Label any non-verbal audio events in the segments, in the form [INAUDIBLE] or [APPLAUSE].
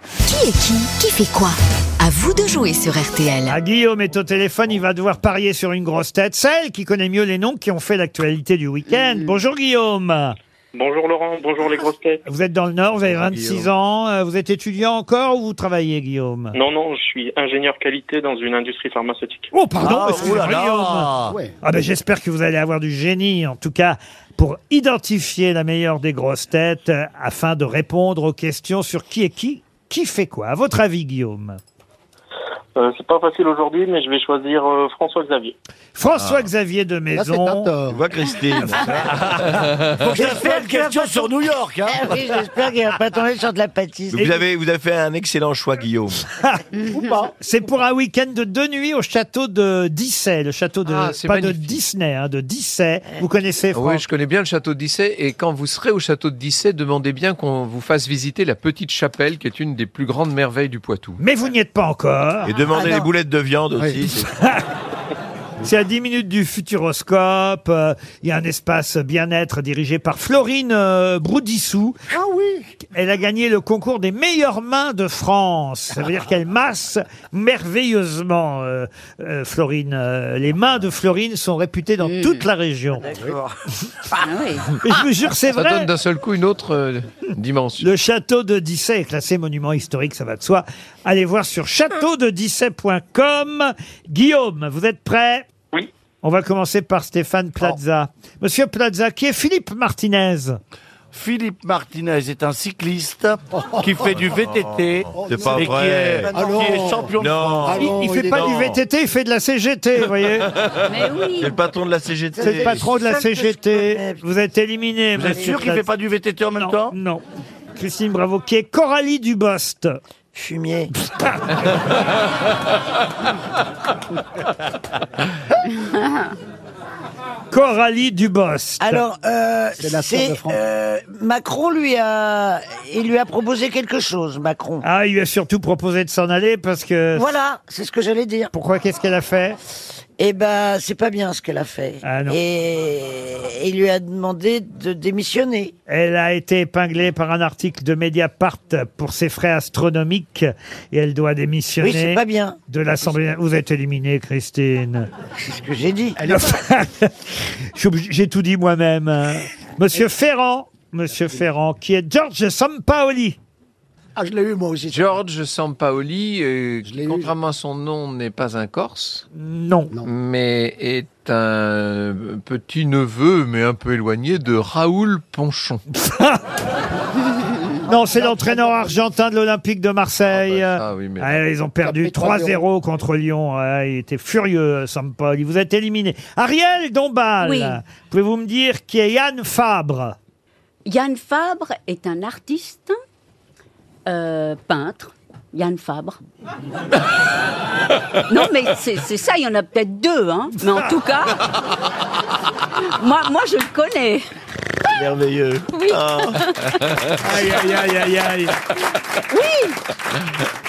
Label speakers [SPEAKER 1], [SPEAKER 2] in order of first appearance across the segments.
[SPEAKER 1] Qui est qui Qui fait quoi À vous de jouer sur RTL.
[SPEAKER 2] Ah, Guillaume est au téléphone, il va devoir parier sur une grosse tête, celle qui connaît mieux les noms qui ont fait l'actualité du week-end. Bonjour Guillaume
[SPEAKER 3] Bonjour Laurent, bonjour les grosses têtes.
[SPEAKER 2] Vous êtes dans le Nord, vous avez 26 ans, euh, vous êtes étudiant encore ou vous travaillez Guillaume
[SPEAKER 3] Non, non, je suis ingénieur qualité dans une industrie pharmaceutique.
[SPEAKER 2] Oh pardon,
[SPEAKER 4] Ah,
[SPEAKER 2] excusez-moi,
[SPEAKER 4] oulala.
[SPEAKER 2] Guillaume
[SPEAKER 4] Ouais.
[SPEAKER 2] Ah ben j'espère que vous allez avoir du génie, en tout cas, pour identifier la meilleure des grosses têtes, euh, afin de répondre aux questions sur qui est qui, qui fait quoi. À votre avis, Guillaume
[SPEAKER 3] Euh, c'est pas facile aujourd'hui, mais je vais choisir euh, François Xavier.
[SPEAKER 2] François-Xavier de
[SPEAKER 4] Là, c'est un
[SPEAKER 2] Maison.
[SPEAKER 4] tort.
[SPEAKER 5] Tu vois, Christine
[SPEAKER 6] Faut que ça soit une question sur New York. Hein.
[SPEAKER 7] Ah oui, j'espère qu'il va pas tomber sur de la pâtisserie.
[SPEAKER 5] vous avez, vous avez fait un excellent choix, Guillaume.
[SPEAKER 4] Ou pas.
[SPEAKER 2] C'est pour un week-end de deux nuits au château de Dissay, le château de
[SPEAKER 8] Ah, c'est
[SPEAKER 2] pas de
[SPEAKER 8] magnifique.
[SPEAKER 2] Disney, hein, de Dissay. Vous connaissez Franck
[SPEAKER 8] Oui, je connais bien le château de Dissay. Et quand vous serez au château de Dissay, demandez bien qu'on vous fasse visiter la petite chapelle qui est une des plus grandes merveilles du Poitou.
[SPEAKER 2] Mais vous n'y êtes pas encore.
[SPEAKER 5] Et demander
[SPEAKER 7] Ah, non.
[SPEAKER 5] les boulettes de viande aussi.
[SPEAKER 4] Oui.
[SPEAKER 5] c'est-
[SPEAKER 2] C'est à 10 minutes du Futuroscope. euh, Il y a un espace bien-être dirigé par Florine euh, Broudissou.
[SPEAKER 4] Ah oui.
[SPEAKER 2] Elle a gagné le concours des meilleures mains de France. Ça veut dire qu'elle masse merveilleusement euh, euh, Florine. Euh, les mains de Florine sont réputées dans toute la région.
[SPEAKER 7] Ah oui.
[SPEAKER 2] [LAUGHS] Et je vous jure, c'est
[SPEAKER 8] Ça
[SPEAKER 2] vrai.
[SPEAKER 8] donne d'un seul coup une autre euh, dimension.
[SPEAKER 2] Le château de Dissay est classé monument historique, ça va de soi. Allez voir sur châteaudedissay.com. Guillaume, vous êtes prêt
[SPEAKER 3] Oui.
[SPEAKER 2] On va commencer par Stéphane Plaza. Monsieur Plaza, qui est Philippe Martinez
[SPEAKER 6] Philippe Martinez est un cycliste qui fait du VTT
[SPEAKER 5] C'est Ah, pas
[SPEAKER 6] et qui est,
[SPEAKER 5] vrai.
[SPEAKER 6] qui est
[SPEAKER 4] non.
[SPEAKER 6] champion de
[SPEAKER 5] Non.
[SPEAKER 4] Ah
[SPEAKER 2] Il,
[SPEAKER 6] Oh,
[SPEAKER 4] non,
[SPEAKER 2] il fait
[SPEAKER 4] est
[SPEAKER 2] pas
[SPEAKER 4] dans-
[SPEAKER 2] du VTT, il fait de la CGT, vous
[SPEAKER 6] [LAUGHS]
[SPEAKER 2] voyez
[SPEAKER 7] Mais oui.
[SPEAKER 5] C'est le patron de la CGT.
[SPEAKER 2] C'est le patron de la
[SPEAKER 7] Personne que je
[SPEAKER 2] CGT.
[SPEAKER 7] connais.
[SPEAKER 2] Vous êtes éliminé,
[SPEAKER 6] Vous êtes
[SPEAKER 2] monsieur
[SPEAKER 6] sûr qu'il fait
[SPEAKER 2] Plaza.
[SPEAKER 6] pas du VTT en même
[SPEAKER 2] non,
[SPEAKER 6] temps
[SPEAKER 2] non. Christine Bravo, qui est Coralie Dubost.
[SPEAKER 7] Fumier.
[SPEAKER 2] Coralie Dubost.
[SPEAKER 7] Alors, euh,
[SPEAKER 4] C'est la sœur de
[SPEAKER 7] c'est
[SPEAKER 4] Franck.
[SPEAKER 7] euh, Macron lui a, il lui a proposé quelque chose, Macron.
[SPEAKER 2] Ah, il lui a surtout proposé de s'en aller parce que...
[SPEAKER 7] Voilà, c'est ce que j'allais dire.
[SPEAKER 2] Pourquoi Qu'est-ce qu'elle a fait
[SPEAKER 7] Eh ben, c'est pas bien ce qu'elle a fait.
[SPEAKER 2] Ah non.
[SPEAKER 7] Et il lui a demandé de démissionner.
[SPEAKER 2] Elle a été épinglée par un article de Mediapart pour ses frais astronomiques et elle doit
[SPEAKER 7] oui, c'est
[SPEAKER 2] démissionner
[SPEAKER 7] pas bien.
[SPEAKER 2] de l'Assemblée. Vous êtes éliminée, Christine.
[SPEAKER 7] C'est ce que j'ai dit.
[SPEAKER 2] [LAUGHS] Je suis obligé- J'ai tout dit moi-même. hein. Monsieur Ferrand, Monsieur Ferrand, qui est George Sampaoli.
[SPEAKER 4] Ah, je l'ai eu moi aussi.
[SPEAKER 8] George Sampaoli, euh,
[SPEAKER 4] Je l'ai eu.
[SPEAKER 8] contrairement à son nom, n'est pas un Corse,
[SPEAKER 2] Non.
[SPEAKER 4] Non.
[SPEAKER 8] mais est un euh, petit neveu, mais un peu éloigné, de Raoul Ponchon.
[SPEAKER 2] Non, c'est l'entraîneur argentin de l'Olympique de Marseille.
[SPEAKER 8] Ah bah ça, oui, mais-
[SPEAKER 2] Ah, ils ont perdu
[SPEAKER 4] Ça fait
[SPEAKER 2] 3-0 contre Lyon. Ah, il était furieux, Sampaoli. Vous êtes éliminé. Ariel Dombal,
[SPEAKER 9] Oui.
[SPEAKER 2] pouvez-vous me dire qui est Yann Fabre
[SPEAKER 9] Yann Fabre est un artiste, euh, peintre.
[SPEAKER 2] [LAUGHS]
[SPEAKER 9] Yann Fabre. non, mais c'est c'est ça, il y en a peut-être deux, hein. Mais en
[SPEAKER 2] [LAUGHS]
[SPEAKER 9] tout cas, moi, moi, je le connais.
[SPEAKER 5] merveilleux.
[SPEAKER 9] Oui.
[SPEAKER 2] Aïe, aïe, aïe, aïe, aïe.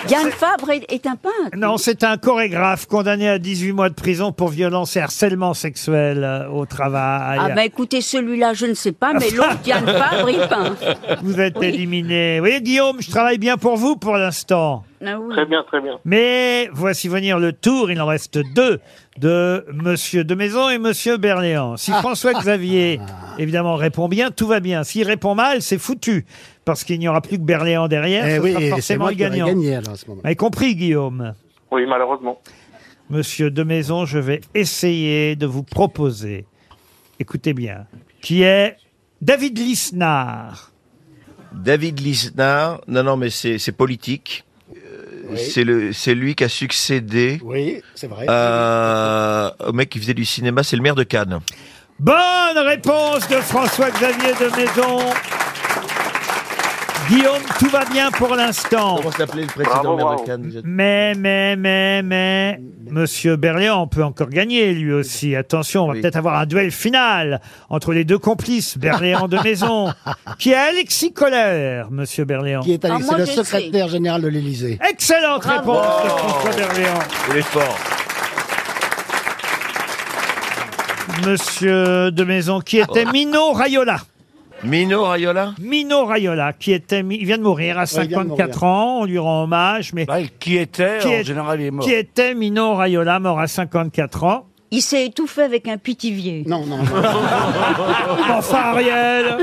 [SPEAKER 9] Yann Fabre est, est un peintre.
[SPEAKER 2] Non, c'est un chorégraphe condamné à 18 mois de prison pour violence et harcèlement sexuel euh, au travail.
[SPEAKER 9] Ah ben écoutez, celui-là, je ne sais pas, mais l'autre,
[SPEAKER 2] [LAUGHS]
[SPEAKER 9] Yann Fabre, il peint.
[SPEAKER 2] Vous êtes
[SPEAKER 9] oui.
[SPEAKER 2] éliminé. Vous voyez, Guillaume, je travaille bien pour vous pour l'instant.
[SPEAKER 9] Ah oui.
[SPEAKER 3] Très bien, très bien.
[SPEAKER 2] Mais voici venir le tour, il en reste deux, de Monsieur de Maison et Monsieur Berléand.
[SPEAKER 4] Ah.
[SPEAKER 2] Si François
[SPEAKER 4] [LAUGHS]
[SPEAKER 2] Xavier, évidemment, répond bien, tout va bien. S'il répond mal, c'est foutu, parce qu'il n'y aura plus que Berléand derrière,
[SPEAKER 4] Eh
[SPEAKER 2] ce
[SPEAKER 4] oui,
[SPEAKER 2] sera
[SPEAKER 4] c'est
[SPEAKER 2] forcément
[SPEAKER 4] moi
[SPEAKER 2] le
[SPEAKER 4] qui aurais
[SPEAKER 2] gagnant.
[SPEAKER 4] gagné alors, à ce moment.
[SPEAKER 2] Vous avez compris, Guillaume
[SPEAKER 3] Oui, malheureusement.
[SPEAKER 2] Monsieur de Maison, je vais essayer de vous proposer, écoutez bien, qui est David Lisnard.
[SPEAKER 5] David Lisnard, non, non, mais c'est c'est politique. Euh,
[SPEAKER 4] Oui.
[SPEAKER 5] C'est le, c'est lui qui a succédé
[SPEAKER 4] Oui, c'est vrai.
[SPEAKER 5] euh, au mec qui faisait du cinéma, c'est le maire de Cannes.
[SPEAKER 2] Bonne réponse de François-Xavier de Maison. Guillaume, tout va bien pour l'instant.
[SPEAKER 5] s'appelait le
[SPEAKER 3] Bravo, maire de bravo.
[SPEAKER 5] Cannes
[SPEAKER 2] Mais, mais, mais, mais, Monsieur Berléand peut encore gagner, lui aussi. Attention, on va
[SPEAKER 5] Oui.
[SPEAKER 2] peut-être avoir un duel final entre les deux complices, Berléand de Maison, qui est Alexis Kohler, Monsieur Berléand.
[SPEAKER 4] Qui est allé,
[SPEAKER 9] Ah,
[SPEAKER 4] c'est
[SPEAKER 9] moi,
[SPEAKER 4] le
[SPEAKER 9] je sais.
[SPEAKER 4] secrétaire général de l'Élysée.
[SPEAKER 2] Excellente
[SPEAKER 9] Bravo.
[SPEAKER 2] réponse de François Berléand.
[SPEAKER 5] Il est fort.
[SPEAKER 4] Ah,
[SPEAKER 2] Monsieur de Maison, qui était Mino Raiola.
[SPEAKER 5] Mino Raiola
[SPEAKER 2] Mino Raiola, qui était, mi- il vient de mourir à
[SPEAKER 4] Ouais, il vient de
[SPEAKER 2] 54 ans, on lui rend hommage, mais
[SPEAKER 6] Bah, qui était
[SPEAKER 2] Qui
[SPEAKER 6] En
[SPEAKER 2] est-
[SPEAKER 6] général, il est mort.
[SPEAKER 2] qui était Mino Raiola, mort à 54 ans
[SPEAKER 9] Il s'est étouffé avec un pitivier.
[SPEAKER 4] Non, non, non.
[SPEAKER 2] Enfin Ariel,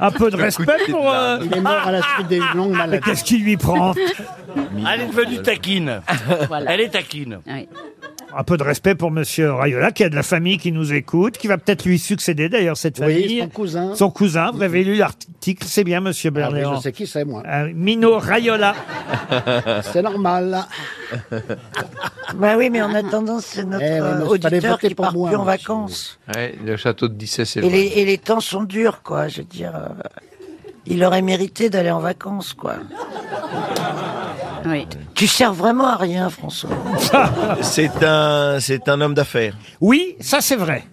[SPEAKER 2] un peu de
[SPEAKER 4] Bah,
[SPEAKER 2] respect pour... euh,
[SPEAKER 4] il est mort à la suite d'une longue
[SPEAKER 2] mais
[SPEAKER 4] maladie.
[SPEAKER 2] qu'est-ce qui lui prend
[SPEAKER 6] Ah, Elle est devenue [LAUGHS] taquine.
[SPEAKER 9] Voilà.
[SPEAKER 6] Elle est taquine.
[SPEAKER 9] Ouais.
[SPEAKER 2] Un peu de respect pour Monsieur Rayola, qui a de la famille qui nous écoute, qui va peut-être lui succéder d'ailleurs cette
[SPEAKER 4] Oui,
[SPEAKER 2] famille.
[SPEAKER 4] son cousin.
[SPEAKER 2] Son cousin, vous avez lu l'article, c'est bien Monsieur
[SPEAKER 4] Ah oui,
[SPEAKER 2] Berléand.
[SPEAKER 4] je sais qui c'est, moi.
[SPEAKER 2] Euh, Mino Rayola.
[SPEAKER 4] C'est normal.
[SPEAKER 7] Bah oui, mais en attendant, c'est notre
[SPEAKER 4] Eh ouais,
[SPEAKER 7] euh,
[SPEAKER 4] mais c'est pas les
[SPEAKER 7] auditeur
[SPEAKER 4] voter
[SPEAKER 7] qui
[SPEAKER 4] pour
[SPEAKER 7] part
[SPEAKER 4] moi, hein,
[SPEAKER 7] plus en
[SPEAKER 4] monsieur.
[SPEAKER 7] vacances.
[SPEAKER 8] Ouais, le château de Dissay, c'est
[SPEAKER 7] Et les,
[SPEAKER 8] loin.
[SPEAKER 7] et les temps sont durs, quoi. Je veux dire, euh, il aurait mérité d'aller en vacances, quoi.
[SPEAKER 9] Oui.
[SPEAKER 7] Tu sers vraiment à rien, François.
[SPEAKER 5] C'est un, c'est un homme d'affaires.
[SPEAKER 2] Oui, ça c'est vrai.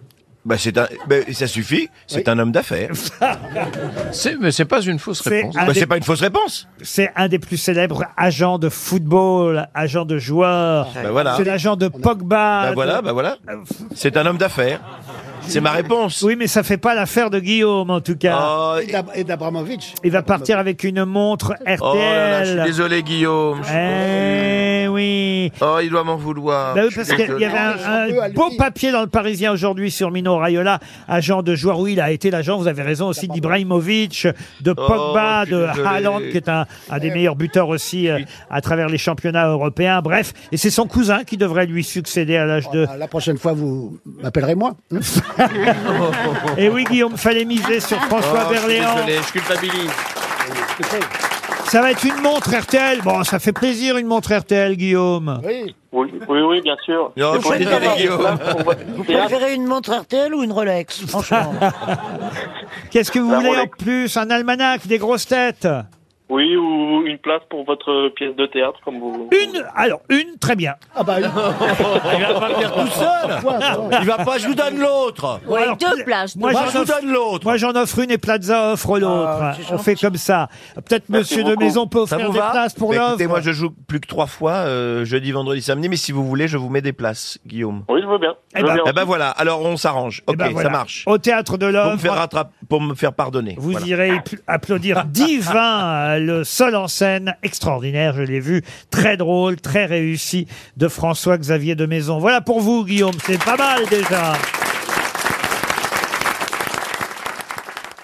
[SPEAKER 5] Bah, c'est un, bah, ça suffit, c'est un homme d'affaires.
[SPEAKER 8] C'est- Mais c'est pas une fausse
[SPEAKER 2] C'est
[SPEAKER 8] réponse.
[SPEAKER 2] un
[SPEAKER 5] Bah,
[SPEAKER 2] des-
[SPEAKER 5] c'est pas une fausse réponse.
[SPEAKER 2] C'est un des plus célèbres agents de football, agent de joueurs.
[SPEAKER 5] Bah, voilà.
[SPEAKER 2] C'est l'agent de Pogba.
[SPEAKER 5] Bah,
[SPEAKER 2] Ah, de-
[SPEAKER 5] voilà, bah, voilà. C'est un homme d'affaires. C'est ma réponse.
[SPEAKER 2] Oui, mais ça fait pas l'affaire de Guillaume en tout cas.
[SPEAKER 5] Oh,
[SPEAKER 4] Et d'Ab- Et d'Abramovic.
[SPEAKER 2] Il va partir avec une montre RTL.
[SPEAKER 5] oh là là, je suis désolé, Guillaume.
[SPEAKER 2] Eh oui.
[SPEAKER 5] Oh, il doit m'en vouloir.
[SPEAKER 2] Bah oui,
[SPEAKER 5] Je
[SPEAKER 2] parce
[SPEAKER 5] suis
[SPEAKER 2] qu'il y
[SPEAKER 5] désolé.
[SPEAKER 2] avait
[SPEAKER 4] Non, mais
[SPEAKER 2] un,
[SPEAKER 4] surtout
[SPEAKER 2] un
[SPEAKER 4] à lui.
[SPEAKER 2] beau papier dans le Parisien aujourd'hui sur Mino Raiola, agent de joueur. Oui, il a été l'agent, vous avez raison, aussi d'Ibrahimovic, de Pogba,
[SPEAKER 5] Oh, je suis
[SPEAKER 2] de
[SPEAKER 5] désolé.
[SPEAKER 2] Haaland, qui est un, un des meilleurs buteurs aussi euh, à travers les championnats européens. Bref, et c'est son cousin qui devrait lui succéder à
[SPEAKER 5] Oh
[SPEAKER 2] l'âge de...
[SPEAKER 4] Ah, La prochaine fois, vous m'appellerez moi. hein.
[SPEAKER 2] Et Eh oui, Guillaume, fallait miser sur François
[SPEAKER 5] Oh, je suis
[SPEAKER 2] Berléand.
[SPEAKER 5] désolé, je culpabilise.
[SPEAKER 2] Ça va être une montre RTL. Bon, ça fait plaisir une montre RTL, Guillaume.
[SPEAKER 4] Oui.
[SPEAKER 3] Oui, oui, oui, bien sûr.
[SPEAKER 5] Non, je suis désolé, Guillaume.
[SPEAKER 7] Vous préférez une montre RTL ou une Rolex, franchement
[SPEAKER 2] Qu'est-ce que vous
[SPEAKER 5] Bah,
[SPEAKER 3] La
[SPEAKER 2] voulez en
[SPEAKER 3] Rolex.
[SPEAKER 2] plus Un almanach, des grosses têtes
[SPEAKER 3] Oui, ou une place pour votre pièce de théâtre, comme vous.
[SPEAKER 2] Une, alors une, très bien.
[SPEAKER 4] Ah bah,
[SPEAKER 6] Il va pas venir tout seul.
[SPEAKER 4] quoi, ça, ouais.
[SPEAKER 6] Il va pas, je vous donne l'autre.
[SPEAKER 9] Ouais,
[SPEAKER 2] alors,
[SPEAKER 9] deux plages.
[SPEAKER 2] Moi,
[SPEAKER 9] deux
[SPEAKER 6] Moi,
[SPEAKER 2] j'en
[SPEAKER 6] je vous
[SPEAKER 2] offre-
[SPEAKER 6] donne l'autre.
[SPEAKER 2] Moi, j'en offre une et Plaza offre l'autre.
[SPEAKER 7] Ah, c'est
[SPEAKER 2] On fait comme ça. Peut-être Monsieur de
[SPEAKER 3] beaucoup.
[SPEAKER 2] Maison peut
[SPEAKER 6] Ça
[SPEAKER 2] offrir
[SPEAKER 6] vous
[SPEAKER 2] des
[SPEAKER 6] va
[SPEAKER 2] places pour
[SPEAKER 5] Bah, écoutez, moi,
[SPEAKER 2] l'offre.
[SPEAKER 5] je joue plus que trois fois, euh, jeudi, vendredi, samedi, mais si vous voulez, je vous mets des places, Guillaume.
[SPEAKER 3] Oui, je veux bien.
[SPEAKER 2] Eh
[SPEAKER 3] Je veux
[SPEAKER 2] ben,
[SPEAKER 3] bien.
[SPEAKER 5] Eh ben voilà, alors on s'arrange.
[SPEAKER 2] Eh
[SPEAKER 5] Ok,
[SPEAKER 2] ben, voilà.
[SPEAKER 5] ça marche.
[SPEAKER 2] Au théâtre de
[SPEAKER 5] Pour me faire
[SPEAKER 2] l'œuvre.
[SPEAKER 5] rattraper, pour me faire pardonner.
[SPEAKER 2] Vous
[SPEAKER 5] Voilà.
[SPEAKER 2] irez pu-
[SPEAKER 5] [LAUGHS]
[SPEAKER 2] applaudir Divin, euh, le seul en scène extraordinaire, je l'ai vu, très drôle, très réussi, de François-Xavier de Maison. Voilà pour vous, Guillaume, c'est pas mal déjà.